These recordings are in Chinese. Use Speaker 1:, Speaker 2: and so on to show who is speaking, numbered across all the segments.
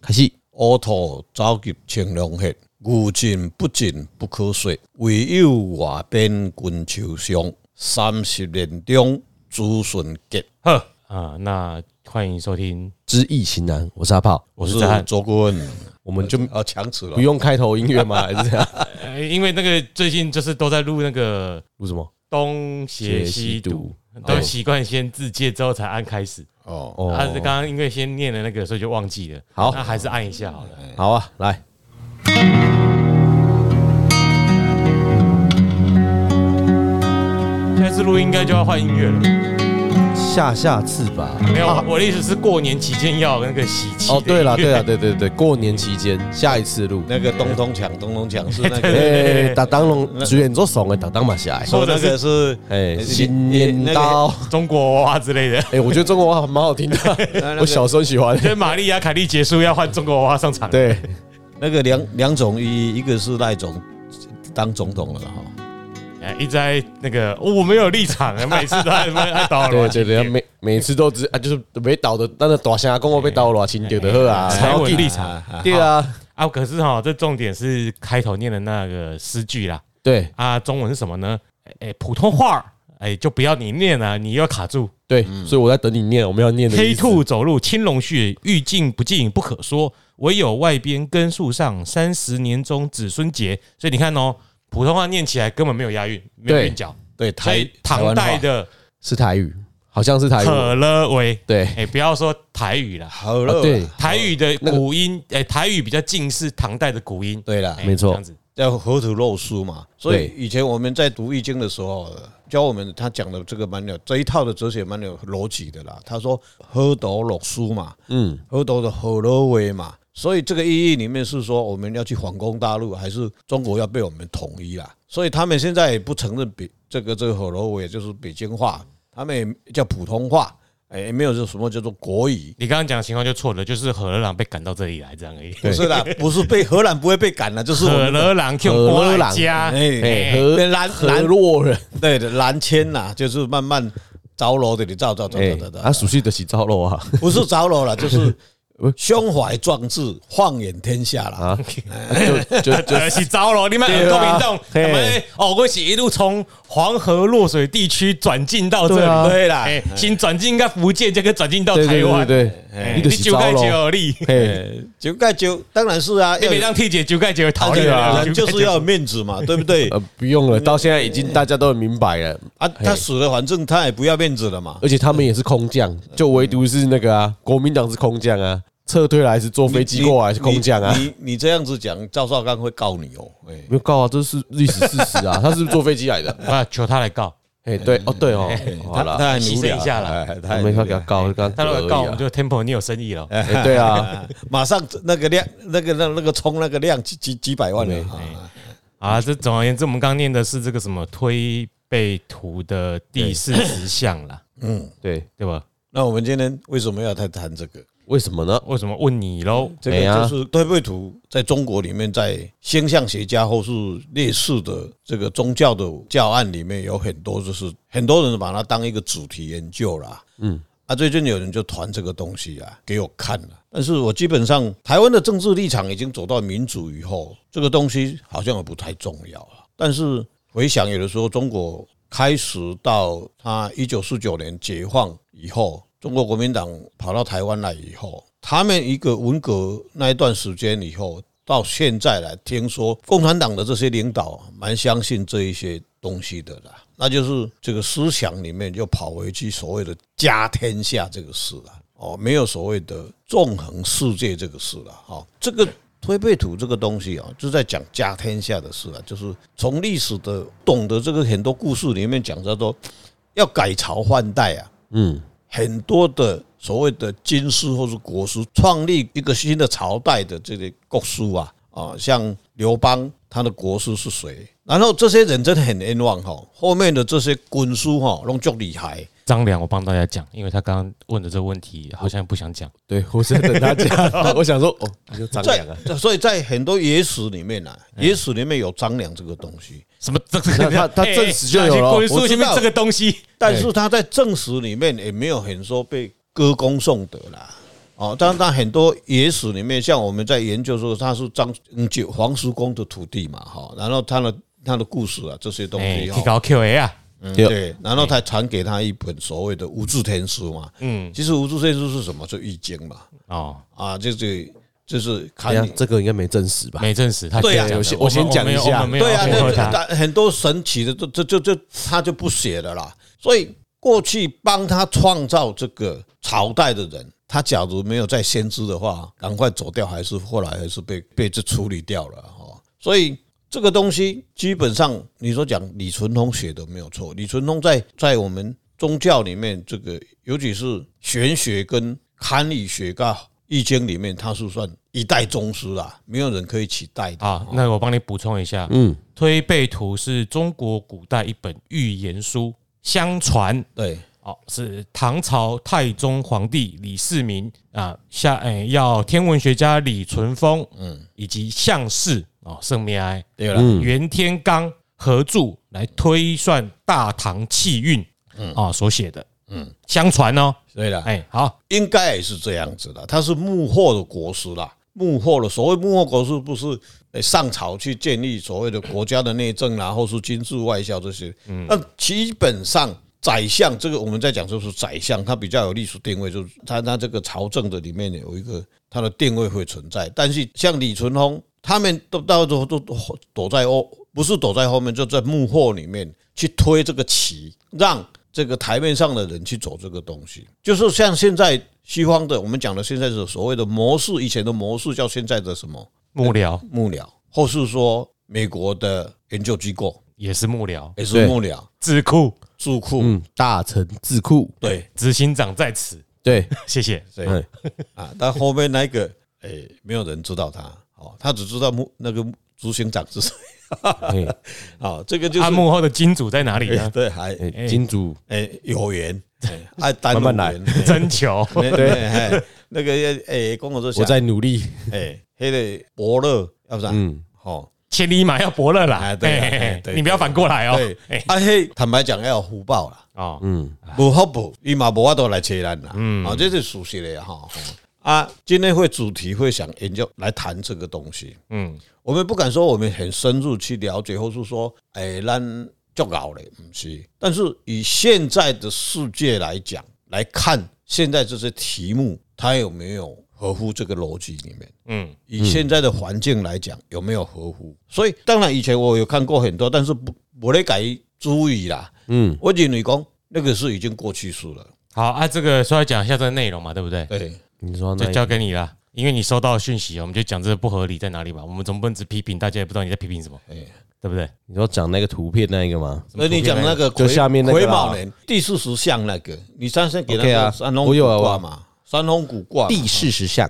Speaker 1: 开始。
Speaker 2: 乌兔走入青龙穴，牛进不进不可说，唯有外边滚秋香。三十年中朱顺杰，
Speaker 3: 呵啊、那欢迎收听，
Speaker 1: 知易行难，我是阿炮，
Speaker 3: 我是在
Speaker 2: 周顾问，
Speaker 1: 我们就
Speaker 2: 要强词了
Speaker 1: 不。用开头音乐 吗？还是这样？
Speaker 3: 呃，因为那个最近就是都在录那个
Speaker 1: 录什么？
Speaker 3: 东邪西毒，哦都习惯先自介之后才按开始。
Speaker 2: 哦，
Speaker 1: 哦
Speaker 3: 他是刚刚因为先念了那个，所以就忘记了。
Speaker 1: 好
Speaker 3: 那还是按一下好了。
Speaker 1: 好啊，来，
Speaker 3: 下次录音应该就要换音乐了。
Speaker 1: 下下次吧。
Speaker 3: 没有，
Speaker 1: 啊
Speaker 3: 我的意思是过年期间要有那个喜气。
Speaker 1: 哦，对了，对了，，对对对，过年期间下一次 录。
Speaker 2: 那个咚咚锵，咚咚锵是那 个，
Speaker 1: 哎，打当龙，虽然做怂的打当嘛下来。
Speaker 2: 说那个是
Speaker 1: 哎，新年刀。
Speaker 3: 中国娃娃之 类的。
Speaker 1: 哎，我觉得中国话蛮好 听的，我小时候喜 欢。
Speaker 3: 跟玛丽亚凯莉结束要换中国娃娃上场。，
Speaker 1: 对，
Speaker 2: 那个两两种意义，一个是赖总当总统了哈，
Speaker 3: 哎，一直在那个、哦我没有立场，每次都在那 边倒
Speaker 1: 对
Speaker 3: 了。
Speaker 1: 对对，每每次都只啊，就是没倒的，那个大声啊公我被倒了，亲丢的 喝啊，
Speaker 3: 才稳
Speaker 1: 然后
Speaker 3: 哎立场
Speaker 1: 对啊，
Speaker 3: 啊！可是哈，这重点是开头念的那个诗句啦。
Speaker 1: 对
Speaker 3: 啊，中文是什么呢？哎、哎普通话儿哎、就不要你念了、你又卡住。
Speaker 1: 对，所以我在等你念，我们要念的
Speaker 3: 黑
Speaker 1: 意思
Speaker 3: 兔走路青龙穴，欲进不进不可说，唯有外边根树上，三十年中子孙结。所以你看哦，普通话念起来根本没有押韵，没有
Speaker 1: 对
Speaker 3: 韵脚。
Speaker 2: 对
Speaker 3: 所
Speaker 2: 台
Speaker 3: 以唐
Speaker 2: 台
Speaker 3: 代
Speaker 2: 湾话
Speaker 3: 的
Speaker 1: 是台语，好像是台 语，
Speaker 3: 可乐为，
Speaker 1: 对
Speaker 3: 哎、不要说台语啦，
Speaker 2: 好了，
Speaker 1: 啊对
Speaker 3: 台语的古音，哎、台语比较近似唐代的古音，
Speaker 2: 对了
Speaker 3: 哎，
Speaker 1: 没错
Speaker 3: 这样子
Speaker 2: 叫河图洛书嘛。所以
Speaker 1: 对
Speaker 2: 以前我们在读《易经》的时候，教我们他讲的这个蛮有这一套的哲学蛮有逻辑的啦。他说河图洛书嘛，嗯，河图的河洛威嘛。所以这个意义里面是说，我们要去反攻大陆，还是中国要被我们统一啦？所以他们现在也不承认北这个这个河洛威，就是北京话，他们也叫普通话，哎，也没有这什么叫做国语。
Speaker 3: 你刚刚讲的情况就错了，就是何乐朗被赶到这里来这样而已。
Speaker 2: 不是啦，不是被荷兰不会被赶了，就是我
Speaker 3: 何
Speaker 2: 们
Speaker 3: 乐朗就
Speaker 1: 荷
Speaker 3: 波
Speaker 1: 兰
Speaker 3: 兰家，
Speaker 2: 哎
Speaker 1: 哎，
Speaker 2: 被
Speaker 1: 河
Speaker 2: 拦
Speaker 1: 河
Speaker 2: 拦
Speaker 1: 洛人，
Speaker 2: 对的，南迁呐，就是慢慢着楼的，你照照照
Speaker 1: 哎
Speaker 2: 照照，
Speaker 1: 啊，
Speaker 2: 照，
Speaker 1: 熟悉的洗糟肉啊，
Speaker 2: 不是着楼了，就是 胸怀壮志，放眼天下啦。
Speaker 1: 啊， 就就就
Speaker 3: 呃，是糟了，你们耳
Speaker 1: 对
Speaker 3: 朵
Speaker 1: 啊
Speaker 3: 民众，
Speaker 1: 嘿
Speaker 3: 他们哦，我是一路从黄河落水地区转进到这
Speaker 1: 对啊
Speaker 3: 里，
Speaker 2: 对啦
Speaker 3: 哎，先转进应该福建，再跟转进到
Speaker 1: 对对
Speaker 3: 台
Speaker 1: 对
Speaker 3: 湾，
Speaker 1: 对
Speaker 3: 哎
Speaker 1: 对，你的洗糟
Speaker 3: 盖
Speaker 1: 肉，
Speaker 3: 酒力，
Speaker 2: 哎
Speaker 1: 嘿，
Speaker 2: 九盖九当然是啊，
Speaker 3: 你
Speaker 2: 要
Speaker 3: 每当 T 姐酒盖酒逃哎
Speaker 2: 而
Speaker 3: 离
Speaker 2: 且
Speaker 1: 啊
Speaker 3: 了，
Speaker 2: 人就是要有面子嘛，对不对
Speaker 1: 呃？，不用了，到现在已经大家都很明白了，
Speaker 2: 啊，他死了，反正他也不要面子了嘛。
Speaker 1: 而且他们也是空降，就唯独是那个啊，国民党是空降啊，撤退来是坐飞机过来是空降啊
Speaker 2: 你。你你这样子讲，赵少刚会告你哦。哎，
Speaker 1: 没有告啊，这是历史事实啊，他是坐飞机来的。
Speaker 3: 啊，求他来告，
Speaker 1: 哎，对，哦，对哦，好
Speaker 2: 他
Speaker 1: 了，
Speaker 2: 他很
Speaker 3: 牺
Speaker 2: 无
Speaker 3: 牲
Speaker 2: 聊
Speaker 3: 一下啦
Speaker 2: 哎他
Speaker 1: 我
Speaker 2: 很
Speaker 1: 没法
Speaker 2: 无
Speaker 1: 给
Speaker 2: 聊
Speaker 1: 他告，刚
Speaker 3: 他如果告我们
Speaker 1: 就
Speaker 3: 就 Temple，你有生意了。
Speaker 1: 哎对啊，
Speaker 2: 啊马上那个量，那个那那个冲那个量几几几百万了啊。
Speaker 3: 啊，这总而言之，我们刚念的是这个什么推背图的第四十项啦，
Speaker 1: 对，
Speaker 3: 对吧？
Speaker 2: 那我们今天为什么要谈谈这个？
Speaker 1: 为什么呢？
Speaker 3: 为什么问你喽？
Speaker 2: 这
Speaker 1: 哎呀
Speaker 2: 个就是推背图在中国里面，在星象学家或是类似的这个宗教的教案里面，有很多就是很多人把它当一个主题研究啦。嗯，啊，最近有人就传这个东西啊给我看了，但是我基本上台湾的政治立场已经走到民主以后，这个东西好像也不太重要了。但是回想，有的时候中国开始到他一九四九年解放以后，中国国民党跑到台湾来以后，他们一个文革那一段时间以后，到现在来听说，共产党的这些领导啊蛮相信这一些东西的啦。那就是这个思想里面就跑回去所谓的“家天下”这个事了、哦，没有所谓的纵横世界这个事了、哦，这个推背图这个东西啊，就是在讲家天下的事了、就是从历史的懂得这个很多故事里面讲叫做要改朝换代啊，
Speaker 1: 嗯，
Speaker 2: 很多的所谓的军师或是国师，创立一个新的朝代的这些国师啊，啊，像刘邦，他的国师是谁？然后这些人真的很冤枉哈，后面的这些军师哈，弄足厉害，
Speaker 3: 张良，我帮大家讲，因为他刚刚问的这个问题好像不想讲。
Speaker 1: 对，我是在等他讲，我想说，哦，你就张
Speaker 2: 在
Speaker 1: 良啊，哎
Speaker 2: 所以在很多野史里面啊，野史里面有张良这个东西，
Speaker 3: 什么这哎这
Speaker 1: 他他证实就有了
Speaker 3: 国书
Speaker 2: 我知
Speaker 3: 前
Speaker 2: 道
Speaker 3: 面这个东西，
Speaker 2: 但是他在正史里面也没有很说被歌功颂德啦。哦，当然很多野史里面，像我们在研究的时候，它是张嗯就黄叔公的土地嘛，哈，然后他的他的故事啊，这些东
Speaker 3: 哎，
Speaker 2: 西
Speaker 3: 去
Speaker 2: 哈，
Speaker 3: 搞 QA 啊，
Speaker 2: 嗯
Speaker 1: 对
Speaker 2: 对，然后他传给他一本所谓的无字天书嘛，
Speaker 3: 嗯，
Speaker 2: 其实无字天书是什么？就易经嘛，
Speaker 3: 哦，
Speaker 2: 啊，这这就是
Speaker 1: 哎
Speaker 2: 看
Speaker 1: 呀
Speaker 2: 你，
Speaker 1: 这个应该没证实吧？
Speaker 3: 没证实，他
Speaker 2: 对啊
Speaker 3: 讲的
Speaker 1: 有些
Speaker 3: 我
Speaker 1: 我先
Speaker 3: 们
Speaker 1: 讲
Speaker 3: 我们
Speaker 1: 一下
Speaker 3: 我们没有
Speaker 2: 对啊，
Speaker 3: 要
Speaker 2: 那
Speaker 3: 配合
Speaker 2: 这
Speaker 3: 他，
Speaker 2: 但很多神奇的，这这这这他就不写了啦。所以过去帮他创造这个朝代的人，他假如没有在先知的话，赶快走掉，还是后来还是被被这处理掉了哦。所以这个东西基本上，你说讲李淳风写的没有错，李淳风在在我们宗教里面，这个尤其是玄学跟堪理学噶。易经里面他是算一代宗师啦，没有人可以取代的
Speaker 3: 啊，那我帮你补充一下，嗯，推背图是中国古代一本预言书，相传
Speaker 2: 对，
Speaker 3: 哦是唐朝太宗皇帝李世民啊下哎要天文学家李淳风，嗯，以及项氏哦圣密埃
Speaker 2: 对了，
Speaker 3: 袁天罡合著来推算大唐气运，嗯啊所写的，嗯，相传哦，
Speaker 2: 对了，
Speaker 3: 哎好，
Speaker 2: 应该也是这样子的，他是幕后的国师啦。幕后的所谓幕后国师，不是呃上朝去建立所谓的国家的内政啦，或是军事外交这些。那基本上宰相这个我们在讲就是宰相，他比较有历史定位，就是他他这个朝政的里面有一个他的定位会存在。但是像李淳风他们都到都都都躲在后，不是躲在后面，就在幕后里面去推这个旗，让这个台面上的人去走这个东西，就是像现在西方的，我们讲的现在的所谓的模式，以前的模式叫现在的什么
Speaker 3: 幕僚
Speaker 2: 幕僚，或是说美国的研究机构
Speaker 3: 也是幕僚，
Speaker 2: 也是
Speaker 1: 对
Speaker 2: 幕僚
Speaker 3: 智库
Speaker 2: 智库，
Speaker 1: 嗯，大成智库，
Speaker 2: 对
Speaker 3: 执行长在此，
Speaker 1: 对，
Speaker 3: 谢谢。
Speaker 2: 对
Speaker 1: 嗯
Speaker 2: 啊，但后面那个哎、没有人知道他哦，他只知道幕那个执行长是谁
Speaker 1: 哎
Speaker 2: 啊，这个就
Speaker 3: 他
Speaker 2: 是
Speaker 3: 幕后的金主在哪里
Speaker 2: 哎
Speaker 3: 呢？
Speaker 2: 对，还
Speaker 1: 哎，金主
Speaker 2: 哎有缘，哎爱单
Speaker 1: 慢慢来
Speaker 2: 有缘
Speaker 3: 征求
Speaker 2: 哎对，哎那个哎，跟我说
Speaker 1: 我在努力，
Speaker 2: 哎，黑的伯乐，要不然，
Speaker 1: 嗯，
Speaker 2: 哦，
Speaker 3: 千里马要伯乐啦
Speaker 2: 哎，对啊
Speaker 3: 哎
Speaker 2: 哎对
Speaker 3: 你不要反过来哦
Speaker 2: 对，嗯
Speaker 3: 哎，
Speaker 2: 啊黑，坦白讲要有福报啦，
Speaker 3: 哦，
Speaker 2: 无福报，伊嘛无法度来切咱啦，嗯，啊，这是属实的哈。吼啊，今天会主题会想研究来谈这个东西，
Speaker 3: 嗯，
Speaker 2: 我们不敢说我们很深入去了解，或是说，哎，咱就搞嘞，不是。但是以现在的世界来讲，来看现在这些题目，它有没有合乎这个逻辑里面？
Speaker 3: 嗯，
Speaker 2: 以现在的环境来讲，有没有合乎？所以当然以前我有看过很多，但是不我得改注意啦。嗯，我认为讲那个是已经过去式了。
Speaker 3: 好啊，这个稍微讲一下这个内容嘛，对不对？
Speaker 2: 对，
Speaker 1: 你说
Speaker 3: 就
Speaker 1: 那
Speaker 3: 交给你啦，因为你收到讯息，我们就讲这个不合理在哪里吧。我们总不能只批评，大家也不知道你在批评什么，
Speaker 2: 哎，
Speaker 3: 对不对？
Speaker 1: 你说讲那个图片那一个吗
Speaker 2: 所以你讲那个
Speaker 1: 就
Speaker 2: 癸
Speaker 1: 下面那个
Speaker 2: 癸
Speaker 1: 啦
Speaker 2: 卯年第四十项那个，你上次给那
Speaker 1: OK
Speaker 2: 个
Speaker 1: 啊
Speaker 2: 三龙
Speaker 1: 我有啊
Speaker 2: 古
Speaker 1: 我
Speaker 2: 卦嘛，三龙古卦嘛
Speaker 1: 第四十项，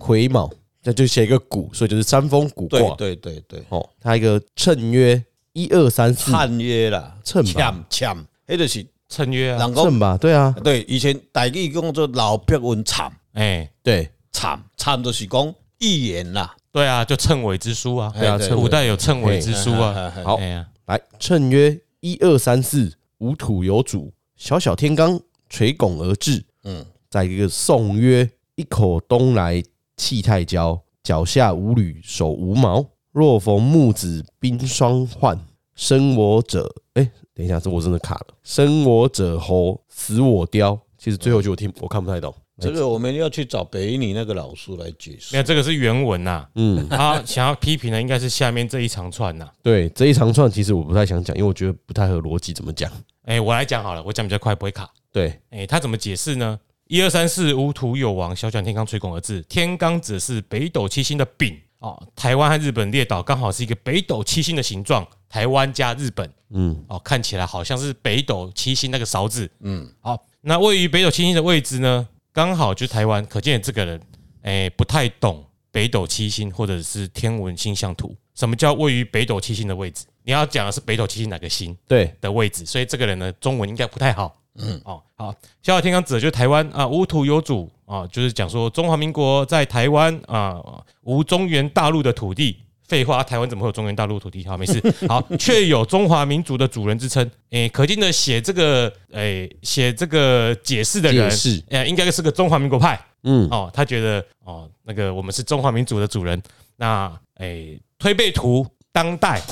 Speaker 1: 癸卯，那就写一个古，所以就是三峰古
Speaker 2: 对
Speaker 1: 卦。
Speaker 2: 对对对，
Speaker 1: 哦，它一个称曰一二三四
Speaker 2: 汉约啦，
Speaker 1: 称吧
Speaker 2: 欠欠，迄就是
Speaker 3: 趁约啊，
Speaker 2: 人讲
Speaker 1: 称吧，对啊，
Speaker 2: 对，以前大语讲做老逼文惨
Speaker 3: 哎，
Speaker 1: 对
Speaker 2: 惨惨，就是讲预言啦，
Speaker 3: 对啊，就称尾之书啊，
Speaker 1: 对啊，
Speaker 2: 对
Speaker 1: 称
Speaker 3: 古
Speaker 1: 为
Speaker 3: 代有称尾之书啊，
Speaker 2: 哎，
Speaker 1: 好
Speaker 3: 哎呀，
Speaker 1: 来称曰一二三四，无土有主，小小天罡垂拱而至。
Speaker 2: 嗯，
Speaker 1: 再一个宋曰：“一口东来气太骄，脚下无履手无毛。若逢木子冰霜患，生我者……哎、等一下，这我真的卡了。生我者猴，死我雕。其实最后一句我听我看不太懂。
Speaker 2: 这个我们要去找北女那个老师来解
Speaker 3: 没
Speaker 2: 释。
Speaker 3: 有这个是原文 呐。
Speaker 1: 嗯，
Speaker 3: 他想要批评的应该是下面这一长串呐。
Speaker 1: 对，这一长串其实我不太想讲，因为我觉得不太合逻辑，怎么讲？
Speaker 3: 哎，我来讲好了，我讲比较快，不会卡。
Speaker 1: 对，
Speaker 3: 哎，他怎么解释呢？一二三四，无土有王，小转天罡垂拱而至。天罡指的是北斗七星的丙哦，台湾和日本列岛刚好是一个北斗七星的形状，台湾加日本，
Speaker 1: 嗯，
Speaker 3: 哦，看起来好像是北斗七星那个勺子，嗯，好，那位于北斗七星的位置呢，刚好就是台湾，可见这个人，哎、不太懂北斗七星或者是天文星象图，什么叫位于北斗七星的位置？你要讲的是北斗七星哪个星？
Speaker 1: 对，
Speaker 3: 的位置，所以这个人呢，中文应该不太好。嗯，哦，好，小小天罡指的就是台湾啊，无土有主啊，就是讲说中华民国在台湾啊无中原大陆的土地。废话，台湾怎么会有中原大陆土地？好， 没事。好，却有中华民族的主人之称。诶、可见呢，写这个诶，写、这个解释的人
Speaker 1: 解释，
Speaker 3: 诶、应该是个中华民国派。
Speaker 1: 嗯
Speaker 3: 哦，他觉得哦，那个我们是中华民族的主人。那诶，推背图当代，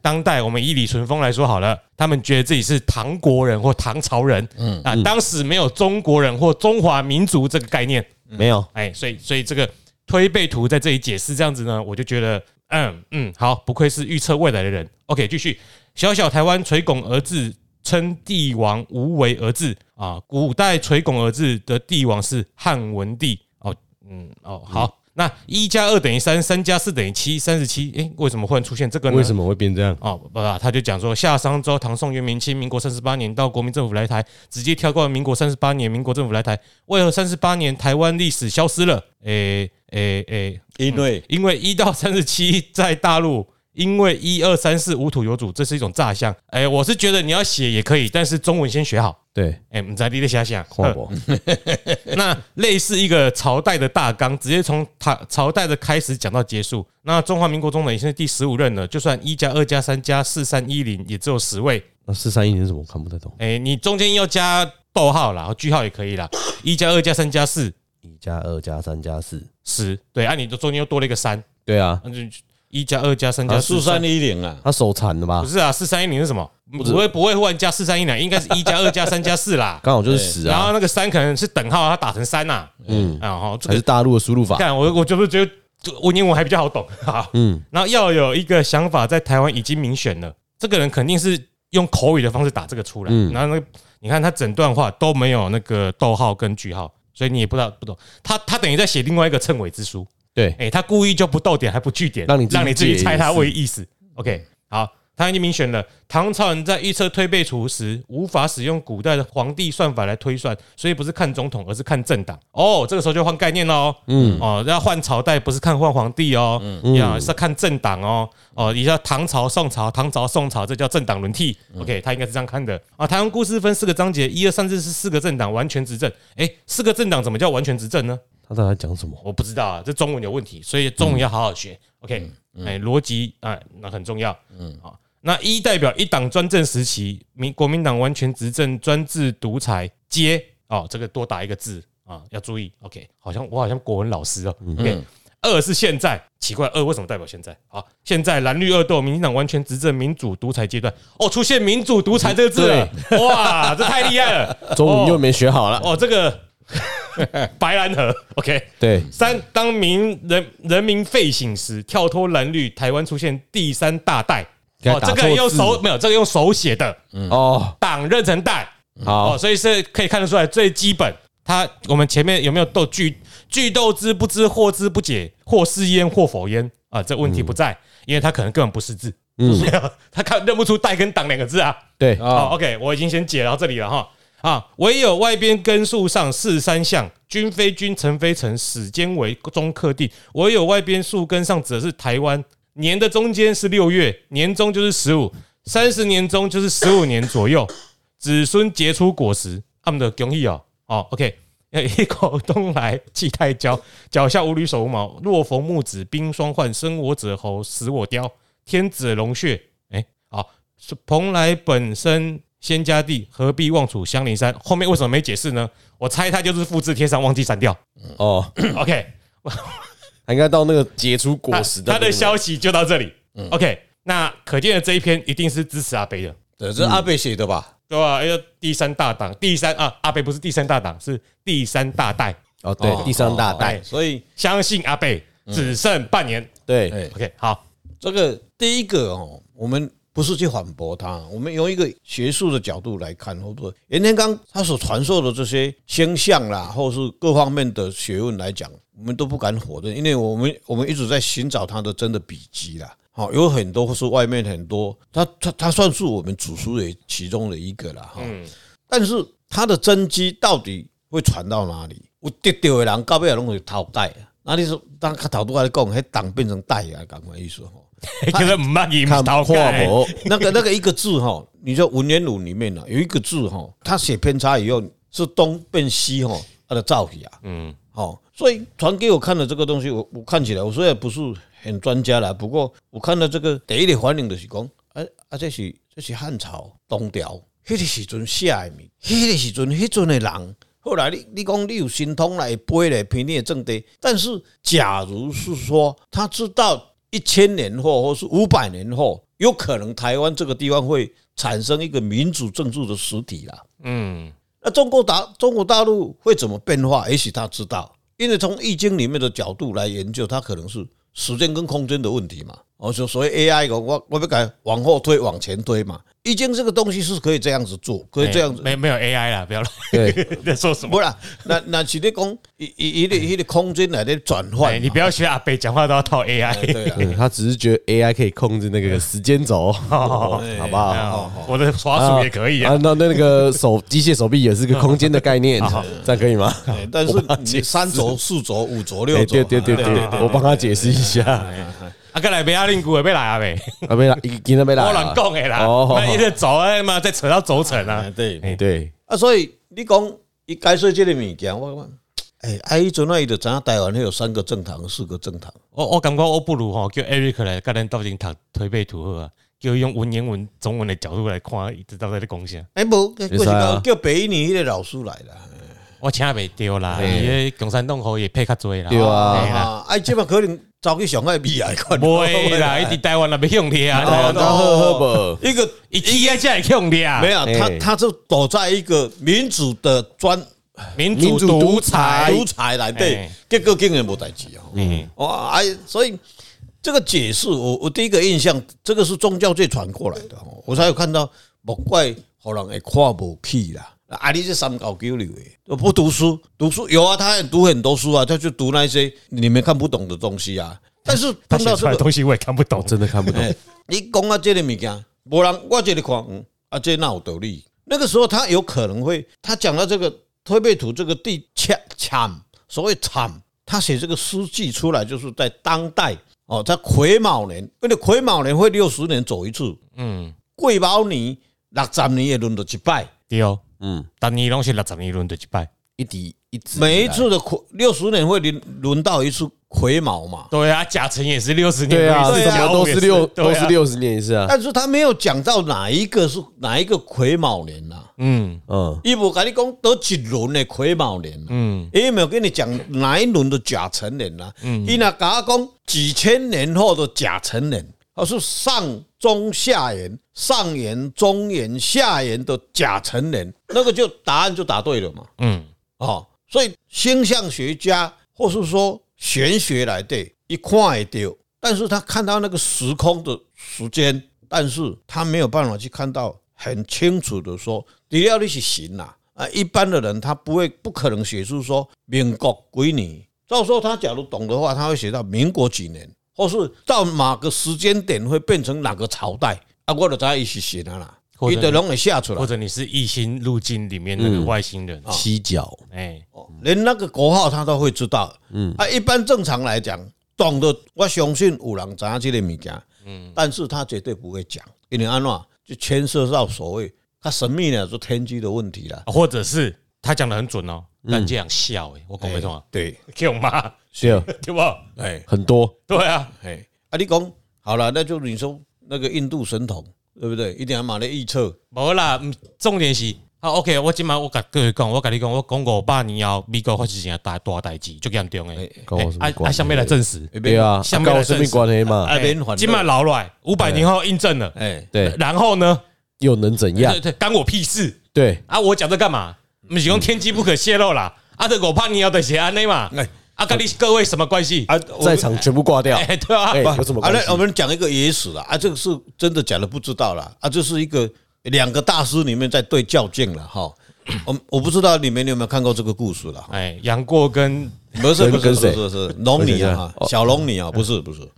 Speaker 3: 当代我们以李淳风来说好了，他们觉得自己是唐国人或唐朝人，嗯啊，当时没有中国人或中华民族这个概念，
Speaker 1: 没有，
Speaker 3: 哎，所以所以这个推背图在这里解释这样子呢，我就觉得，嗯嗯，好，不愧是预测未来的人。OK，继续，小小台湾垂拱而治，称帝王无为而治啊。古代垂拱而治的帝王是汉文帝哦，嗯哦，好，那一加二等于三，三加四等于七，三十七。诶，为什么忽然出现这个呢？
Speaker 1: 为什么会变这样？
Speaker 3: 哦，不啦，他就讲说，夏商周、唐宋、元、明清、民国三十八年到国民政府来台，直接跳过民国三十八年，民国政府来台，为何三十八年台湾历史消失了？诶诶诶，
Speaker 2: 因为
Speaker 1: 嗯
Speaker 3: 因为一到三十七在大陆，因为一二三四无土有主，这是一种诈象。诶，我是觉得你要写也可以，但是中文先学好。
Speaker 1: 对，
Speaker 3: 诶，唔知你在写啥？
Speaker 1: 跨 博，
Speaker 3: 那类似一个朝代的大纲，直接从朝朝代的开始讲到结束。那中华民国中呢，已经是第十五任了，就算一加二加三加四三一零，也只有十位。
Speaker 1: 那四三一零是什么？我看不太懂。
Speaker 3: 哎、你中间要加逗号啦，句号也可以啦。一加二加三加四
Speaker 1: 一加二加三加四，
Speaker 3: 十，对，啊，你就中间又多了一个三，
Speaker 1: 对啊，
Speaker 3: 那就一加二加三加
Speaker 2: 啊，四
Speaker 3: 四三
Speaker 2: 三。一零啊，
Speaker 1: 他手残了吧
Speaker 3: 不？是啊，四三一零是什么？不会不会忽然加四三一零，应该是一加二加三加四啦。
Speaker 1: 刚好 就是十
Speaker 3: 然
Speaker 1: 啊，
Speaker 3: 后那个三可能是等号，它啊打成三呐。嗯，啊，好，这
Speaker 1: 还
Speaker 3: 个
Speaker 1: 是大陆的输入法？
Speaker 3: 看我我就是觉得就文言文还比较好懂哈。嗯，然后要有一个想法，在台湾已经民选了，这个人肯定是用口语的方式打这个出来。然后那个你看他整段话都没有那个逗号跟句号，所以你也不知道不懂。他他等于在写另外一个称谓之书。
Speaker 1: 对，
Speaker 3: 哎、他故意就不逗点，还不句点，
Speaker 1: 让你自己
Speaker 3: 让你自己
Speaker 1: 解
Speaker 3: 猜他
Speaker 1: 意思
Speaker 3: 为意思。OK，好，他已经明选了。唐朝人在预测推背图时，无法使用古代的皇帝算法来推算，所以不是看总统，而是看政党。哦，这个时候就换概念喽。嗯，哦，要换朝代，不是看换皇帝哦，
Speaker 1: 嗯
Speaker 3: 呀，是要看政党哦。哦，你像唐朝、宋朝、唐朝、宋朝，这叫政党轮替。OK，他应该
Speaker 1: 嗯
Speaker 3: 是这样看的啊。台湾故事分四个章节，一二三四是四个政党完全执政。哎，四个政党怎么叫完全执政呢？
Speaker 1: 他到底在讲什么？
Speaker 3: 我不知道啊，这中文有问题，所以中文要好好学。OK，哎，逻辑啊，那很重要。嗯，好，那一代表一党专政时期，民国民党完全执政、专制独裁，接哦，这个多打一个字啊，要注意。OK，好像我好像国文老师哦。OK，二是现在，奇怪，二为什么代表现在？好，现在蓝绿二斗，民进党完全执政、民主独裁阶段，哦，出现民主独裁这个字了，哇，这太厉害 了！
Speaker 1: 中文又没学好了。
Speaker 3: 哦，这个白兰河，OK。
Speaker 1: 对，
Speaker 3: 三，当民人人民废醒时，跳脱蓝绿，台湾出现第三大代。
Speaker 1: 给他
Speaker 3: 这
Speaker 1: 打
Speaker 3: 个用
Speaker 1: 错字
Speaker 3: 手没有，这个用手写的
Speaker 1: 哦，
Speaker 3: 党认成代嗯哦，
Speaker 1: 好，
Speaker 3: 所以是可以看得出来最基本。它我们前面有没有斗句句斗之不知，或之不解，或是焉，或否焉啊？这问题不在，因为它可能根本不识字，
Speaker 1: 嗯，
Speaker 3: 他看认不出代跟党两个字啊。
Speaker 1: 对，
Speaker 3: 好
Speaker 2: 啊，
Speaker 3: ，OK，我已经先解到这里了哈。啊，唯有外边根树上是三项，君非君，臣非臣，始间为中客地。唯有外边树根上指的是台湾，年的中间是六月，年中就是十五，三十年中就是十五年左右，子孙结出果实。他们的恭喜哦，哦，OK，一 口东来气太骄，脚下无履手无毛。若逢木子冰霜换，生我者猴，死我雕。天子龙穴，哎、好，是蓬莱本身仙家地，何必望楚香菱山？后面为什么没解释呢？我猜他就是复制贴上，忘记删掉。
Speaker 1: 哦，
Speaker 3: OK，
Speaker 1: 他应该到那个结出果
Speaker 3: 他
Speaker 1: 实的
Speaker 3: 他
Speaker 1: 那个。
Speaker 3: 的消息就到这里。OK，那可见的这一篇一定是支持阿北的，
Speaker 2: 对，这阿贝写的吧？
Speaker 3: 对吧？要第三大党，第三啊，阿北不是第三大党，是第三大代，
Speaker 1: 哦，对
Speaker 2: 哦，
Speaker 1: 第三大代
Speaker 3: 哦，
Speaker 2: 所以
Speaker 3: 相信阿北只剩半年。
Speaker 1: 对，
Speaker 2: 哎，
Speaker 3: OK，好，
Speaker 2: 这个第一个哦，我们不是去反驳他，我们用一个学术的角度来看，或者说袁天罡他所传授的这些星象啦，或是各方面的学问来讲，我们都不敢否认，因为我们我们一直在寻找他的真的笔迹啦。好，有很多或是外面很多，他他他算是我们祖书的其中的一个啦。哈，但是他的真机到底会传到哪里？有得到的人到尾也拢是头代啊。那你说，当他头拄仔咧讲，迄党变成代啊，讲的意思吼。
Speaker 3: 就是唔捌伊
Speaker 1: 看
Speaker 3: 唔
Speaker 1: 跨
Speaker 3: 到
Speaker 1: 博，
Speaker 2: 那个那个一个字哈，你说文言文里面呢、有一个字哈，它写偏差以后是东变西哈，它的造型啊，
Speaker 3: 嗯，
Speaker 2: 好，所以传给我看的这个东西，我我看起来我虽然不是很专家啦，不过我看到这个第一个反应就是讲，啊啊，这是这是汉朝东调，迄个时阵写的物，迄个时阵迄阵的人。后来你你讲你有神通来背来平定政敌，但是假如是说他知道一千年后或是五百年后，有可能台湾这个地方会产生一个民主政治的实体啦。
Speaker 3: 嗯，
Speaker 2: 那中国大中国大陆会怎么变化？也许他知道，因为从易经里面的角度来研究，它可能是时间跟空间的问题嘛。哦，就所以 AI 我我我不敢往后推，往前推嘛。易经这个东西是可以这样子做，可哎以这样子。
Speaker 3: 哎没
Speaker 1: 哎
Speaker 3: 没有 AI 啦，不要乱
Speaker 1: 对，
Speaker 3: 在说什么。
Speaker 2: 不啦，那那是你讲 一一一个一个空间来的转
Speaker 3: 哎
Speaker 2: 换
Speaker 3: 你
Speaker 2: 嘛。
Speaker 3: 不要学阿北讲话都要套 AI。
Speaker 2: 对啊，
Speaker 1: 嗯他只是觉得 AI 可以控制那个时间轴，好不 好？
Speaker 3: 啊我的滑鼠也可以啊。
Speaker 1: 啊，那那个手机械手臂也是个空间的概 念，这样可以吗？
Speaker 2: 哎但是你三轴、四轴、五轴、六
Speaker 1: 哎
Speaker 2: 轴啊
Speaker 1: 对，对对对，我帮他解释一下。
Speaker 3: 啊，过来被阿令古也被来啊呗，
Speaker 1: 啊，没啦，已经没啦。
Speaker 3: 我人讲的啦，
Speaker 1: 哦
Speaker 3: 那，一直走啊嘛，再扯到轴承啊
Speaker 2: 哎，对。
Speaker 1: 对，
Speaker 2: 啊，所以你讲伊解说即个物件，我我，哎、啊，迄阵啊，伊就知影台湾迄有三个政党、四个政党，
Speaker 3: 我我感觉我不如吼叫 Eric 来跟咱斗阵读推背图好啊，叫伊用文言文中文的角度来看，伊知道在咧讲啥。
Speaker 2: 哎、无，我是
Speaker 1: 可以啊
Speaker 2: 讲叫北一年迄个老师来啦。
Speaker 3: 我请也袂对啦，伊咧共产党好也配较侪啦。
Speaker 1: 对啊
Speaker 3: 嘿啦，
Speaker 2: 啊，啊，即嘛可能走去上海未来 看。
Speaker 3: 袂 啦，伊伫台湾也袂用你
Speaker 1: 哦，
Speaker 3: 啊，
Speaker 1: 那喝喝吧。
Speaker 2: 一个
Speaker 3: 伊起啊才会用你啊
Speaker 2: 没，有，
Speaker 1: 哎
Speaker 2: 他他就躲在一个民主的专
Speaker 3: 民
Speaker 1: 民
Speaker 3: 主
Speaker 1: 主
Speaker 3: 独
Speaker 1: 独
Speaker 3: 裁。
Speaker 2: 独裁来对
Speaker 3: 哎，
Speaker 2: 结果竟然无代志哦。
Speaker 3: 嗯，
Speaker 2: 哇，哎，所以这个解释，我我第一个印象，这个是宗教界传过来的哦，我才有看到，莫怪互人会看不起啦。啊，你这三教九流的，我不读书，读书有啊，他也读很多书啊，他就读那些你们看不懂的东西啊。但是碰
Speaker 3: 他写
Speaker 2: 到
Speaker 3: 出
Speaker 2: 这
Speaker 3: 来的
Speaker 2: 个，
Speaker 3: 东西我也看不懂，
Speaker 1: 真的看不懂，
Speaker 2: 哎你讲啊，这个物件，无人我这里看，嗯，啊，这哪有道理？那个时候他有可能会，他讲到这个推背图这个地惨惨，所谓惨，他写这个诗句出来，就是在当代哦，在癸卯年，因为癸卯年会六十年走一次，
Speaker 3: 嗯，
Speaker 2: 癸卯年六十年也轮到一摆，
Speaker 3: 对哦，
Speaker 1: 嗯，
Speaker 3: 逐年拢是六十年轮对一摆。
Speaker 1: 一滴一直
Speaker 2: 每一次的癸六十年会轮轮到一次癸卯嘛，
Speaker 3: 对啊，甲辰也是六十年，
Speaker 1: 对啊，
Speaker 3: 甲午也
Speaker 1: 什么都是六
Speaker 3: 对啊
Speaker 1: 都是六十年一次啊，
Speaker 2: 但是他没有讲到哪一个是哪一个癸卯年啊呐、
Speaker 3: 嗯
Speaker 1: 嗯，
Speaker 2: 哦伊无甲你讲倒一轮的癸卯年、啊，
Speaker 3: 嗯，
Speaker 2: 伊没有跟你讲哪一轮的甲辰年啦、啊，伊若甲我讲几千年后的甲辰年，而是上中下元、上元、中元、下元的甲辰年，那个就答案就答对了嘛，
Speaker 3: 嗯，
Speaker 2: 哦，所以星象学家或是说玄学来对，一看会到，但是他看到那个时空的时间，但是他没有办法去看到很清楚的说，只要你是行啦、啊，一般的人他不会不可能写出说民国几年，到时候他假如懂的话，他会写到民国几年，或是到哪个时间点会变成哪个朝代啊，我就知道他是行啊啦，
Speaker 3: 或者
Speaker 2: 伊就拢会写出来
Speaker 3: 或。者你是异星路径里面那个外星人，
Speaker 1: 七角
Speaker 3: 哎，
Speaker 2: 哦连那个国号他都会知道。嗯，啊，一般正常来讲，懂得我相信有人知影这个物件，嗯，但是他绝对不会讲，因为安怎就牵涉到所谓他神秘呢，就天机的问题了。
Speaker 3: 或者是他讲的很准哦，
Speaker 1: 嗯
Speaker 3: 但这样笑哎，我讲没错啊，
Speaker 2: 对，
Speaker 3: 叫骂
Speaker 1: 是
Speaker 3: 对不？
Speaker 2: 哎
Speaker 1: 啊很多，
Speaker 3: 对啊，
Speaker 2: 哎，啊，你讲好了，那就你说那个印度神童，对不对？一定要马来预测，
Speaker 3: 无啦，嗯重点是。啊，OK，我今晚我甲各位讲，我甲你讲，我讲五百年后，美国发生一件大大代志，足严重诶。
Speaker 1: 跟我什么
Speaker 3: 啊啊，
Speaker 1: 关系
Speaker 3: 想？要来证实，
Speaker 2: 对
Speaker 1: 对，啊，
Speaker 3: 像
Speaker 1: 跟我生命关系嘛，
Speaker 2: 啊免烦恼
Speaker 3: 今晚老来五百年后印证了，
Speaker 2: 哎，
Speaker 1: 对，
Speaker 3: 然后呢？
Speaker 1: 又能怎样
Speaker 3: 对？对，干我屁事！
Speaker 1: 对，
Speaker 3: 啊，我讲这干嘛？嗯不是用天机不可泄露啦。啊，这我怕你要的写安内嘛
Speaker 2: 哎。
Speaker 3: 啊，跟你各位什么关系？
Speaker 2: 啊，我
Speaker 1: 在场全部挂掉，
Speaker 3: 哎， 对啊，
Speaker 1: 哎，有什么
Speaker 2: 啊，
Speaker 1: 关
Speaker 2: 那我
Speaker 1: 系？
Speaker 2: 们讲一个野史了啊，这个是真的假的不知道了啊，这是一个两个大师里面在对较劲了哈。我我不知道你们有没有看过这个故事了哈？
Speaker 3: 哎，杨过跟
Speaker 2: 不是
Speaker 1: 哎
Speaker 2: 不
Speaker 1: 跟
Speaker 2: 是
Speaker 1: 跟
Speaker 2: 不
Speaker 1: 谁
Speaker 2: 是不是龙女啊，
Speaker 1: 我想一下哦
Speaker 2: 哈小龙女啊，不是不是，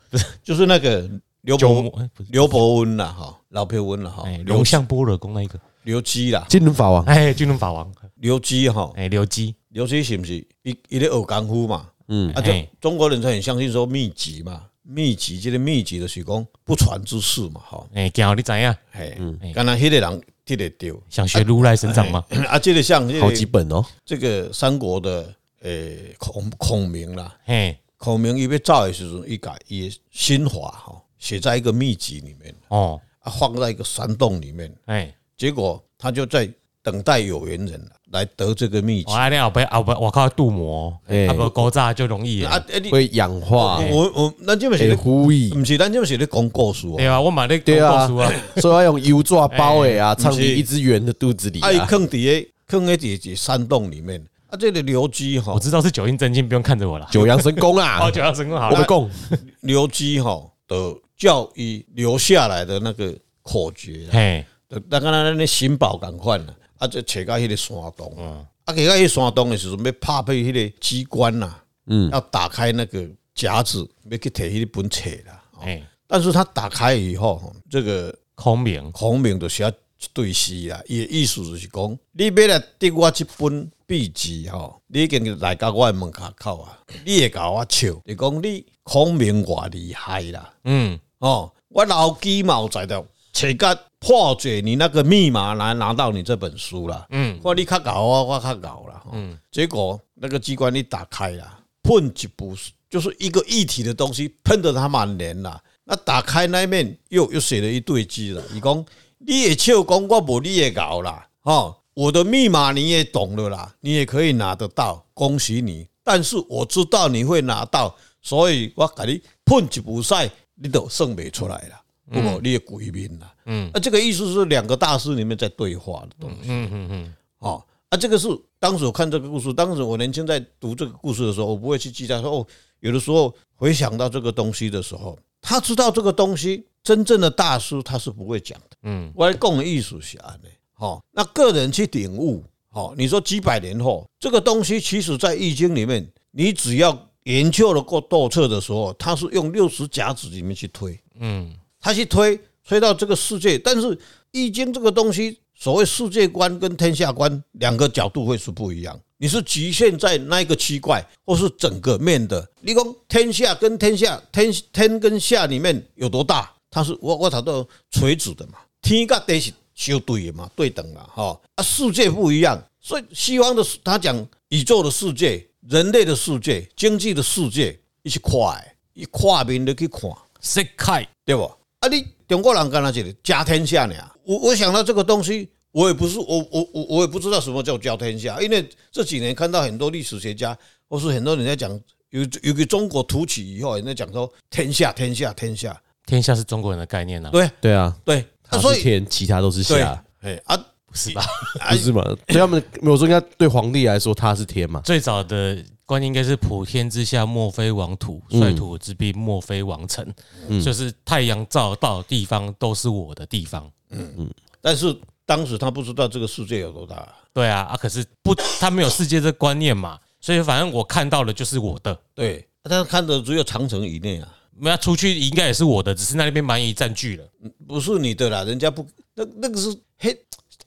Speaker 2: 就是那个刘
Speaker 3: 九
Speaker 2: 伯
Speaker 3: 牧哎不是
Speaker 2: 刘伯温了哈，老伯温了哈
Speaker 1: 哦
Speaker 3: 哎，
Speaker 2: 刘
Speaker 3: 龙象般若功那一个，
Speaker 2: 刘基啦，
Speaker 1: 金轮法王，
Speaker 3: 哎，军人法王，
Speaker 2: 刘基哈，
Speaker 3: 哎，刘基，
Speaker 2: 刘基是不是一一个学功夫嘛？
Speaker 1: 嗯，
Speaker 2: 啊，就
Speaker 3: 哎
Speaker 2: 中国人才很相信说秘籍嘛，秘籍这个秘籍就是讲不传之事嘛，哈，
Speaker 3: 哎，今后你怎样？
Speaker 2: 哎，
Speaker 1: 嗯
Speaker 2: 刚才迄个人踢得丢。
Speaker 3: 想学如来神掌吗？
Speaker 2: 啊，这个像这
Speaker 1: 嗯好几
Speaker 2: 个
Speaker 1: 本哦，
Speaker 2: 这个三国的诶、孔孔明啦，
Speaker 3: 嘿，
Speaker 2: 孔明伊要造的时候，伊改伊新法哈写在一个秘籍里面，
Speaker 3: 哦，
Speaker 2: 啊放在一个山洞里面，
Speaker 3: 哎，
Speaker 2: 结果他就在等待有缘人来得这个秘籍
Speaker 3: 我阿亮阿伯阿伯，我靠镀膜，啊
Speaker 1: 哎
Speaker 3: 阿伯高炸就容易了，
Speaker 2: 啊！哎你嗯
Speaker 1: 会氧化，
Speaker 2: 我我咱这么是
Speaker 1: 会
Speaker 2: 咧，
Speaker 1: 呼吁，
Speaker 2: 不是咱这么是咧讲故事
Speaker 3: 对
Speaker 2: 哦，
Speaker 3: 啊，我买那个
Speaker 1: 对啊
Speaker 3: 告诉啊，
Speaker 1: 所以要用油炸包诶啊，
Speaker 2: 不
Speaker 1: 藏
Speaker 2: 是
Speaker 1: 进一只圆的肚子里
Speaker 2: 啊，伊
Speaker 1: 啊，
Speaker 2: 坑伫诶坑诶伫伫山洞里面啊，这个刘基
Speaker 3: 我
Speaker 2: 吼，
Speaker 3: 知道是九阴真经，不用看着我了。
Speaker 1: 九阳神功
Speaker 3: 哦，
Speaker 1: 啊，
Speaker 3: 九阳神功好
Speaker 1: 我
Speaker 3: 了
Speaker 1: 们，供
Speaker 2: 刘基吼的教伊留下来的那个口诀啊，
Speaker 3: 嘿，
Speaker 2: 就那敢若咱咧寻宝共款啊，啊，就找到迄个山洞，啊，找到迄个山洞的时阵，要拍开迄个机关呐、嗯，要打开那个夹子，要去摕迄本册啦。哦
Speaker 3: 嘿，
Speaker 2: 但是他打开以后，吼这个
Speaker 3: 空明，
Speaker 2: 孔明就写一对诗啊，伊的意思就是讲，你要来得我这本秘籍吼，你已经来到我的门口口啊，你会甲我笑，就讲你孔明偌厉害啦，
Speaker 3: 嗯，
Speaker 2: 哦，我老鸡毛在的，切个破解你那个密码来拿到你这本书啦。
Speaker 3: 嗯
Speaker 2: 嗯，我你较搞啊，我较搞啦。嗯，结果那个机关一打开啦，喷几步就是一个一体的东西喷得他满脸啦。那打开那一面又又写了一堆字了，伊讲你也笑讲我无你也搞啦，哦，我的密码你也懂了啦，你也可以拿得到，恭喜你。但是我知道你会拿到，所以我给你喷一步赛，你都算不出来啦，不过你的鬼面啦。啊
Speaker 3: 嗯，
Speaker 2: 那这个意思是两个大师里面在对话的东西。
Speaker 3: 嗯嗯嗯，
Speaker 2: 哦，啊，这个是当时我看这个故事，当时我年轻在读这个故事的时候，我不会去记载说哦，有的时候回想到这个东西的时候，他知道这个东西真正的大师他是不会讲的。
Speaker 3: 嗯，
Speaker 2: 我来讲的艺术是安尼，哦，那个人去领悟，哦，你说几百年后这个东西，其实在易经里面，你只要研究了过透彻的时候，它是用六十甲子里面去推，
Speaker 3: 嗯，
Speaker 2: 他去推推到这个世界，但是《易经》这个东西，所谓世界观跟天下观两个角度会是不一样。你是局限在那一个区块，或是整个面的。你讲天下跟天下，天天跟下里面有多大？它是我我找到垂直的嘛，天跟地是相对的嘛，对等嘛，哈、啊，世界不一样，所以西方的他讲宇宙的世界、人类的世界、经济的世界，一起跨的，一跨面的去看。
Speaker 3: 世界，
Speaker 2: 对不？啊，你中国人干哪去的？家天下呢？我我想到这个东西，我也不是我我我我也不知道什么叫家天下，因为这几年看到很多历史学家，或是很多人在讲，有有个中国突起以后，人在讲说天下天下天下，
Speaker 3: 天下是中国人的概念啊，
Speaker 2: 对
Speaker 1: 对啊，
Speaker 2: 对，啊、
Speaker 1: 它
Speaker 2: 所
Speaker 1: 是
Speaker 2: 以
Speaker 1: 天，其他都是
Speaker 2: 对，
Speaker 1: 下，
Speaker 2: 哎啊，
Speaker 3: 不是吧？
Speaker 1: 不是嘛？对哎他们，我说应该对皇帝来说他是天嘛，
Speaker 3: 最早的观念应该是“普天之下莫非王土，
Speaker 1: 嗯
Speaker 3: 率土之滨莫非王臣”，就是太阳照到的地方都是我的地方。
Speaker 2: 但是当时他不知道这个世界有多大、
Speaker 3: 对啊，啊，可是不，他没有世界这观念嘛，所以反正我看到的就是我的，
Speaker 2: 对，他看的只有长城以内啊，
Speaker 3: 那出去应该也是我的，只是那边蛮夷占据了。
Speaker 2: 不是你的啦，人家不那那个是嘿。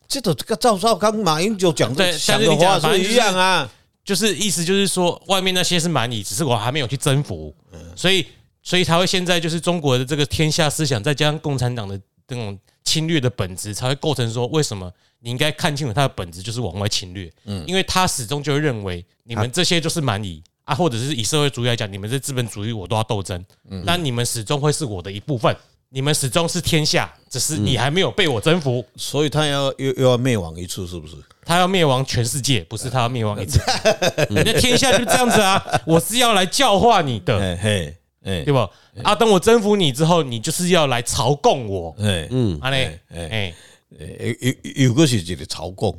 Speaker 2: 这个跟赵少康、马英九讲的
Speaker 3: 对但是
Speaker 2: 讲的
Speaker 3: 你讲
Speaker 2: 话
Speaker 3: 反正
Speaker 2: 是
Speaker 3: 就是
Speaker 2: 一样啊，
Speaker 3: 就是意思就是说，外面那些是蛮夷，只是我还没有去征服，所以所以才会现在就是中国的这个天下思想，再加上共产党的这种侵略的本质，才会构成说为什么你应该看清楚它的本质就是往外侵略，因为他始终就会认为你们这些就是蛮夷。啊，或者是以社会主义来讲，你们是资本主义，我都要斗争。但你们始终会是我的一部分，你们始终是天下，只是你还没有被我征服。
Speaker 2: 所以他要又又要灭亡一次，是不是？
Speaker 3: 他要灭亡全世界，不是他要灭亡 一次。
Speaker 2: 嗯
Speaker 3: 人家天下就是这样子啊！我是要来教化你的，
Speaker 2: 哎嘿，哎
Speaker 3: 对吧？啊，等我征服你之后，你就是要来朝贡我，
Speaker 2: 哎，嗯，
Speaker 3: 啊嘞，哎，
Speaker 2: 有有有个是一个朝贡，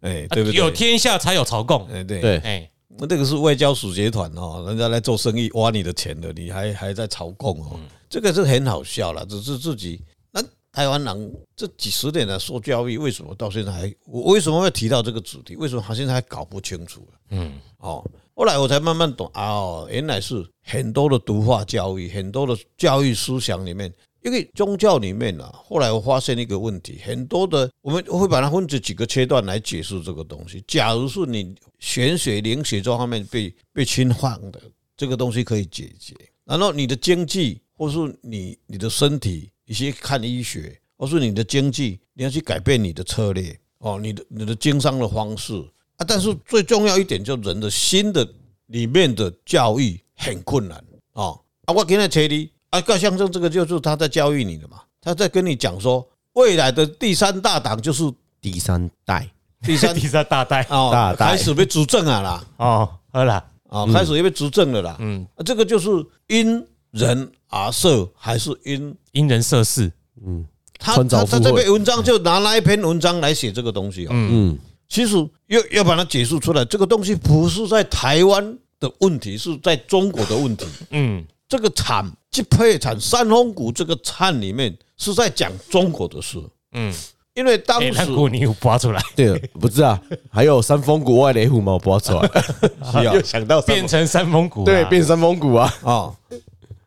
Speaker 2: 哎，对不对？
Speaker 3: 啊有天下才有朝贡，
Speaker 2: 哎对，
Speaker 1: 对，
Speaker 3: 哎，
Speaker 2: 那这个是外交使节团哦，人家来做生意挖你的钱的，你还还在朝贡哦，这个是很好笑了，只是自己那台湾人这几十年来受教育，为什么到现在还我为什么会提到这个主题？为什么好现在还搞不清楚、
Speaker 3: 嗯，
Speaker 2: 哦，后来我才慢慢懂啊、哦，原来是很多的毒化教育，很多的教育思想里面，因为宗教里面啊，后来我发现一个问题，很多的我们会把它分成几个阶段来解释这个东西。假如是你玄学、灵学这方面被被侵犯的，这个东西可以解决。然后你的经济，或是你你的身体，一些看医学，或是你的经济，你要去改变你的策略哦，你的你的经商的方式啊。但是最重要一点，就人的心的里面的教育很困难哦。啊，我给你切你啊，高象征这个就是他在教育你的嘛，他在跟你讲说，未来的第三大党就是
Speaker 1: 第三代
Speaker 2: 第三
Speaker 3: 第三大代
Speaker 1: 大
Speaker 2: 哦，
Speaker 1: 代
Speaker 2: 开始被主政啊啦，
Speaker 3: 哦，好啦，
Speaker 1: 嗯
Speaker 2: 啊，开始也被主政了啦。
Speaker 3: 嗯
Speaker 2: 嗯，这个就是因人而设，还是因
Speaker 3: 因人设事，
Speaker 2: 他
Speaker 1: 穿凿
Speaker 2: 他他
Speaker 1: 附会
Speaker 2: 这篇文章就拿那一篇文章来写这个东西哦。
Speaker 1: 嗯
Speaker 2: 其实要要把它解释出来，这个东西不是在台湾的问题，是在中国的 问题。
Speaker 3: 嗯
Speaker 2: 这个产去配产三峰谷这个产里面是在讲中国的事，
Speaker 3: 嗯，
Speaker 2: 因为当
Speaker 3: 哎，
Speaker 2: 时
Speaker 3: 那股你有拔 出来，
Speaker 1: 对了，不是啊，还有三峰谷外雷虎嘛，我不要 出来，又想到三
Speaker 3: 变
Speaker 1: 峰
Speaker 3: 成三峰啊谷啦，
Speaker 1: 对变三峰谷啊，
Speaker 2: 啊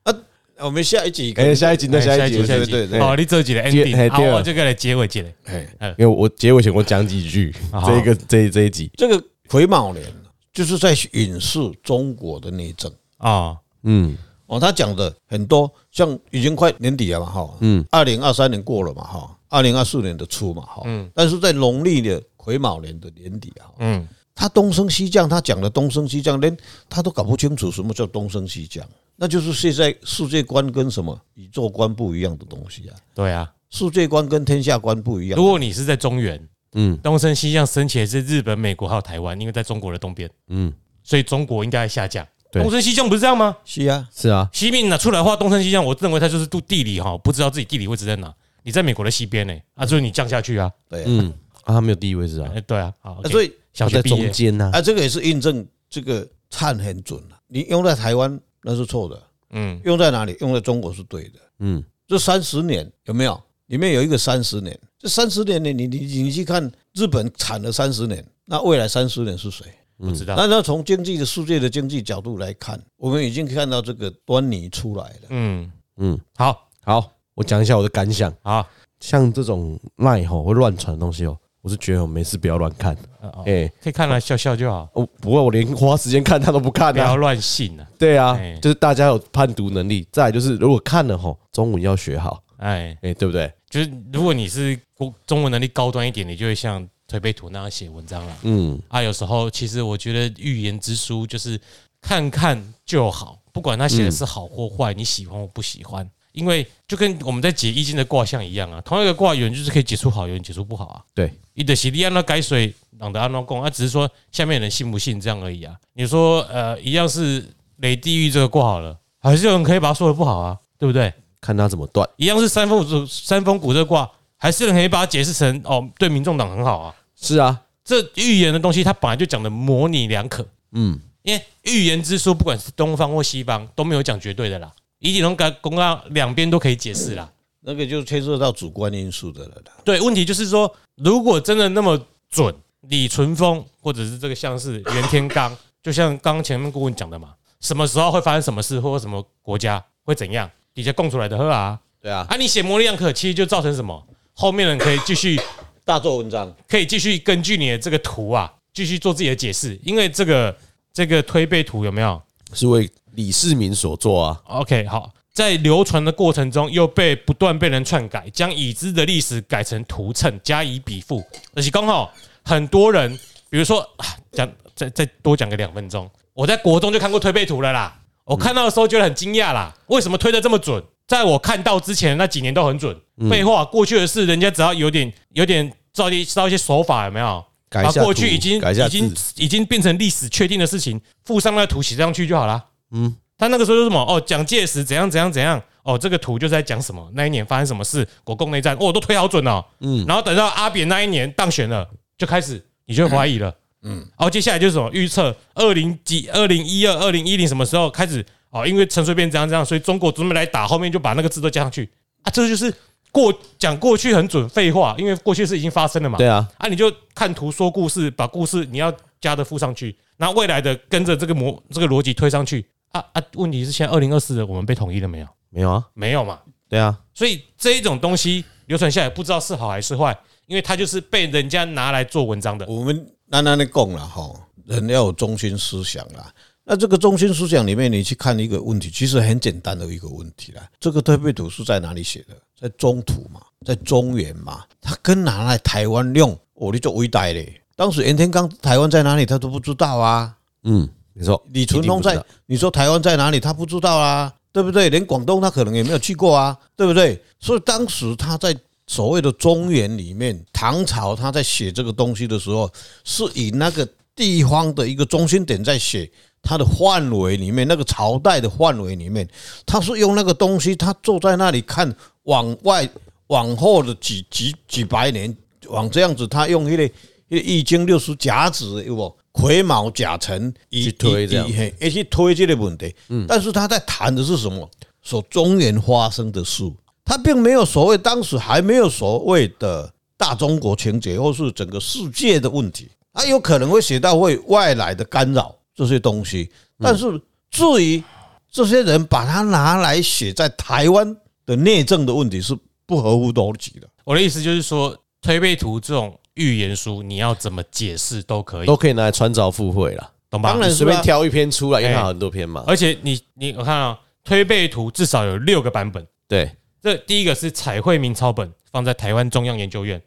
Speaker 2: 啊，我们下一集可以
Speaker 1: 哎，下一集那
Speaker 3: 哎
Speaker 1: 下一集，
Speaker 3: 下
Speaker 1: 对
Speaker 3: 一
Speaker 1: 对对，
Speaker 3: 好，你这集的
Speaker 1: 结嘿
Speaker 3: ending，好，
Speaker 2: 啊
Speaker 1: 对
Speaker 3: 我这个来结尾结尾，
Speaker 2: 哎
Speaker 1: 因为我结尾前我讲几句
Speaker 3: 好
Speaker 1: 这一个这一这一集，
Speaker 2: 这个癸卯年就是在引述中国的内政。
Speaker 3: 哦，
Speaker 1: 嗯
Speaker 2: 哦，他讲的很多，像已经快年底了嘛，哈，
Speaker 1: 嗯
Speaker 2: 嗯，二零二三年过了嘛，哈，二零二四年的初嘛，哈，
Speaker 3: 嗯
Speaker 2: 嗯，但是在农历的癸卯年的年底啊，
Speaker 3: 嗯，
Speaker 2: 他东升西降，他讲的东升西降，连他都搞不清楚什么叫东升西降，那就是现在世界观跟什么宇宙观不一样的东西啊，
Speaker 3: 对啊，
Speaker 2: 世界观跟天下观不一样
Speaker 3: 如，果你是在中原，
Speaker 1: 嗯
Speaker 3: 东升西降升起来是日本、美国还有台湾，因为在中国的东边，
Speaker 1: 嗯，
Speaker 3: 所以中国应该下降。
Speaker 1: 对
Speaker 3: 东升西降不是这样吗？
Speaker 2: 是啊，
Speaker 1: 是啊，
Speaker 3: 习近平拿出来画东升西降，我认为他就是度地理哈，不知道自己地理位置在哪。你在美国的西边呢，啊，所以你降下去啊，
Speaker 2: 对啊，
Speaker 1: 嗯啊，他没有地理位置啊，
Speaker 3: 哎对啊，好
Speaker 2: 啊，所
Speaker 3: 以
Speaker 2: 以
Speaker 3: 小
Speaker 1: 他
Speaker 3: 学
Speaker 1: 在
Speaker 3: 毕
Speaker 1: 中
Speaker 3: 业，
Speaker 1: 间呐，
Speaker 2: 啊，这个也是印证这个判很准啊，你用在台湾那是错的，
Speaker 3: 嗯
Speaker 2: 用在哪里？用在中国是对的。
Speaker 1: 嗯
Speaker 2: 这三十年有没有？里面有一个三十年，这三十年呢，你你你你去看日本产了三十年，那未来三十年是谁？
Speaker 1: 嗯
Speaker 3: 不知道，
Speaker 2: 那那从经济的世界的经济角度来看，我们已经看到这个端倪出来了。
Speaker 3: 嗯，
Speaker 1: 嗯，
Speaker 3: 好
Speaker 1: 好，我讲一下我的感想，
Speaker 3: 好，
Speaker 1: 像这种赖吼会乱传的东西哦，我是觉得我没事不要乱看，
Speaker 3: 呃哦
Speaker 1: 哎。
Speaker 3: 可以看了笑笑就好，
Speaker 1: 哦，不过我连花时间看他都不看
Speaker 3: 不
Speaker 1: 啊
Speaker 3: 要。乱信啊，
Speaker 1: 对啊
Speaker 3: 哎，
Speaker 1: 就是大家有判读能力。再来就是，如果看了吼，中文要学好，
Speaker 3: 哎，
Speaker 1: 哎，对不对？
Speaker 3: 就是如果你是国中文能力高端一点，你就会像推背图那样写文章了。
Speaker 1: 嗯，
Speaker 3: 啊，有时候其实我觉得预言之书就是看看就好，不管他写的是好或坏，你喜欢或不喜欢，因为就跟我们在解易经的卦象一样啊，同一个卦有人就是可以解出好，有人解出不好啊。
Speaker 1: 对，
Speaker 3: 伊的洗利安那改水，朗德安那贡，啊，只是说下面的人信不信这样而已啊。你说呃，一样是雷地狱这个卦好了，还是有人可以把它说的不好啊，对不对？
Speaker 1: 看他怎么断。
Speaker 3: 一样是三峰谷三峰谷这个卦，还是有人可以把它解释成哦，对民众党很好啊。
Speaker 1: 是啊，
Speaker 3: 这预言的东西，它本来就讲的模棱两可。
Speaker 1: 嗯，
Speaker 3: 因为预言之书，不管是东方或西方，都没有讲绝对的啦。以及龙跟公告两边都可以解释啦。
Speaker 2: 那个就牵涉到主观因素的了啦。
Speaker 3: 对，问题就是说，如果真的那么准，李淳风或者是这个像是袁天罡， 就像刚刚前面顾问讲的嘛，什么时候会发生什么事，或者什么国家会怎样，底下供出来的喝啊
Speaker 1: 对啊，
Speaker 3: 啊！你写模棱两可，其实就造成什么？后面人可以继续
Speaker 2: 大做文章，
Speaker 3: 可以继续根据你的这个图啊，继续做自己的解释，因为这个这个推背图有没有？
Speaker 1: 是为李世民所做啊。
Speaker 3: OK，好，在流传的过程中，又被不断被人篡改，将已知的历史改成图谶，加以比附。而且刚好很多人，比如说啊讲再再多讲个两分钟，我在国中就看过推背图了啦。我看到的时候觉得很惊讶啦，为什么推的这么准？在我看到之前那几年都很准。废话，过去的事，人家只要有点有点照一照一些手法，有没有？
Speaker 1: 改一
Speaker 3: 把
Speaker 1: 下
Speaker 3: 过去
Speaker 1: 图
Speaker 3: 已经
Speaker 1: 改一下
Speaker 3: 已经
Speaker 1: 字
Speaker 3: 已经变成历史确定的事情，附上那个图写上去就好啦。
Speaker 1: 嗯
Speaker 3: 他那个时候就是什么哦，蒋介石怎样怎样怎样哦，这个图就是在讲什么那一年发生什么事，国共内战哦，都推好准哦，嗯，然后等到阿扁那一年当选了，就开始你就会怀疑了，嗯，然后接下来就是什么预测二零几二零一二二零一零什么时候开始哦，因为陈水扁怎样怎样，所以中国准备来打，后面就把那个字都加上去啊，这就是过讲过去很准废话，因为过去是已经发生了嘛，
Speaker 1: 对啊，
Speaker 3: 啊，你就看图说故事，把故事你要加的附上去，那未来的跟着这个模这个逻辑推上去啊啊！问题是现在二零二四，我们被统一了没有？
Speaker 1: 没有啊，
Speaker 3: 没有嘛，
Speaker 1: 对啊，
Speaker 3: 所以这一种东西流传下来，不知道是好还是坏，因为它就是被人家拿来做文章的。
Speaker 2: 我们那那那讲了哈，人要有中心思想啦。那这个中心思想里面，你去看一个问题，其实很简单的一个问题啦。这个推背图是在哪里写的？在中土嘛，在中原嘛，他跟拿来台湾用，我你就伟大嘞。当时袁天罡台湾在哪里，他都不知道啊。
Speaker 1: 嗯，没错。
Speaker 2: 李淳风
Speaker 1: 一定
Speaker 2: 在
Speaker 1: 不知
Speaker 2: 你说台湾在哪里，他不知道啊，对不对？连广东他可能也没有去过啊，对不对？所以当时他在所谓的中原里面，唐朝他在写这个东西的时候，是以那个地方的一个中心点在写。它的范围里面，那个朝代的范围里面，他是用那个东西，他坐在那里看往外往后的几几几百年，往这样子，他用一个一个易经六书甲子有无？癸卯甲辰，以
Speaker 1: 去推这样嗯
Speaker 2: 以以嘿，哎去推这个问题。但是他在谈的是什么？所中原发生的事，他并没有所谓当时还没有所谓的大中国情节，或是整个世界的问题，他啊有可能会写到会外来的干扰这些东西。但是至于这些人把它拿来写在台湾的内政的问题，是不合乎逻辑的。
Speaker 3: 我的意思就是说，推背图这种预言书，你要怎么解释都可以
Speaker 1: 都，可以拿来穿凿附会啦。
Speaker 3: 懂吧
Speaker 2: 当？然
Speaker 1: 随便挑一篇出来，因为它
Speaker 3: 哎
Speaker 1: 有很多篇嘛。
Speaker 3: 而且你你我看啊，推背图至少有六个版本。
Speaker 1: 对，
Speaker 3: 这第一个是彩绘明抄本，放在台湾中央研究院；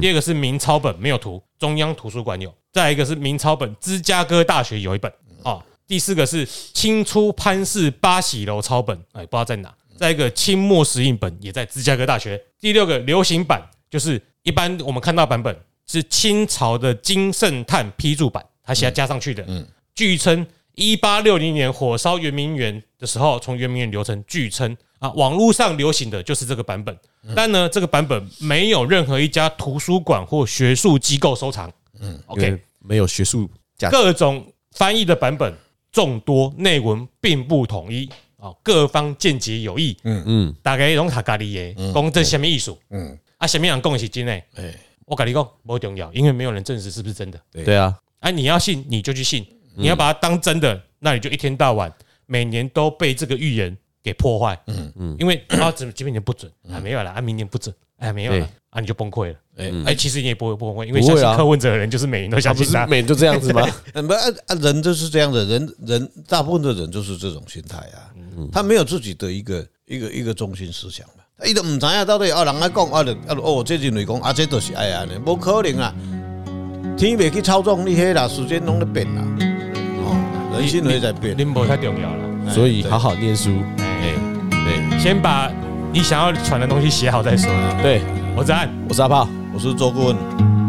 Speaker 3: 第二个是明抄本没有图，中央图书馆有；再来一个是明抄本，芝加哥大学有一本哦。第四个是清初潘氏八喜楼抄本，哎，不知道在哪。再一个清末石印本也在芝加哥大学。第六个流行版就是一般我们看到版本是清朝的金圣叹批注版，它写加上去的。据称，一八六零年火烧圆明园的时候，从圆明园流程据称啊，网络上流行的就是这个版本。但呢，这个版本没有任何一家图书馆或学术机构收藏。嗯
Speaker 1: 因
Speaker 3: ，OK，
Speaker 1: 为没有学术价值。
Speaker 3: 各种翻译的版本众多，内文并不统一啊，各方见解有异。嗯嗯，大概拢卡咖喱耶，讲这什么意思？
Speaker 2: 嗯
Speaker 3: 嗯，啊，什么人讲的是真的？
Speaker 2: 哎，
Speaker 3: 我跟你讲，不重要，因为没有人证实是不是真的。
Speaker 1: 对啊，
Speaker 3: 啊，你要信你就去信，
Speaker 1: 嗯
Speaker 3: 你要把它当真的，那你就一天到晚每年都被这个预言给破坏。嗯嗯，因为啊，怎么今年不准，啊没有了，啊明年不准，哎没有了
Speaker 1: 嗯对，
Speaker 3: 啊你就崩溃了。
Speaker 2: 哎
Speaker 3: 哎，其实你也不会崩溃，因为
Speaker 1: 不
Speaker 3: 相
Speaker 1: 会
Speaker 3: 信
Speaker 1: 啊
Speaker 3: 柯文哲的人就是每年都
Speaker 1: 他
Speaker 3: 相
Speaker 1: 不
Speaker 3: 信
Speaker 1: 是
Speaker 3: 他。
Speaker 1: 每就这样子吗？
Speaker 2: 嗯，不啊啊，人就是这样的，人人大部分的人就是这种心态啊，他没有自己的一个一个一个中心思想嘛，他伊都唔知啊，到底啊人家讲啊，就啊就哦，这认为讲啊，这都是哎呀，无可能啊，天未去操纵你迄啦，时间拢在变啦，哦，人心会在变，
Speaker 3: 林
Speaker 1: 嗯
Speaker 3: 博太重要了，
Speaker 1: 所以好好念书。
Speaker 3: 哎，
Speaker 1: 对
Speaker 3: 先把你想要传的东西写好再说。
Speaker 1: 对，
Speaker 3: 我是按。
Speaker 1: 我是阿炮。
Speaker 2: 我是周顾问。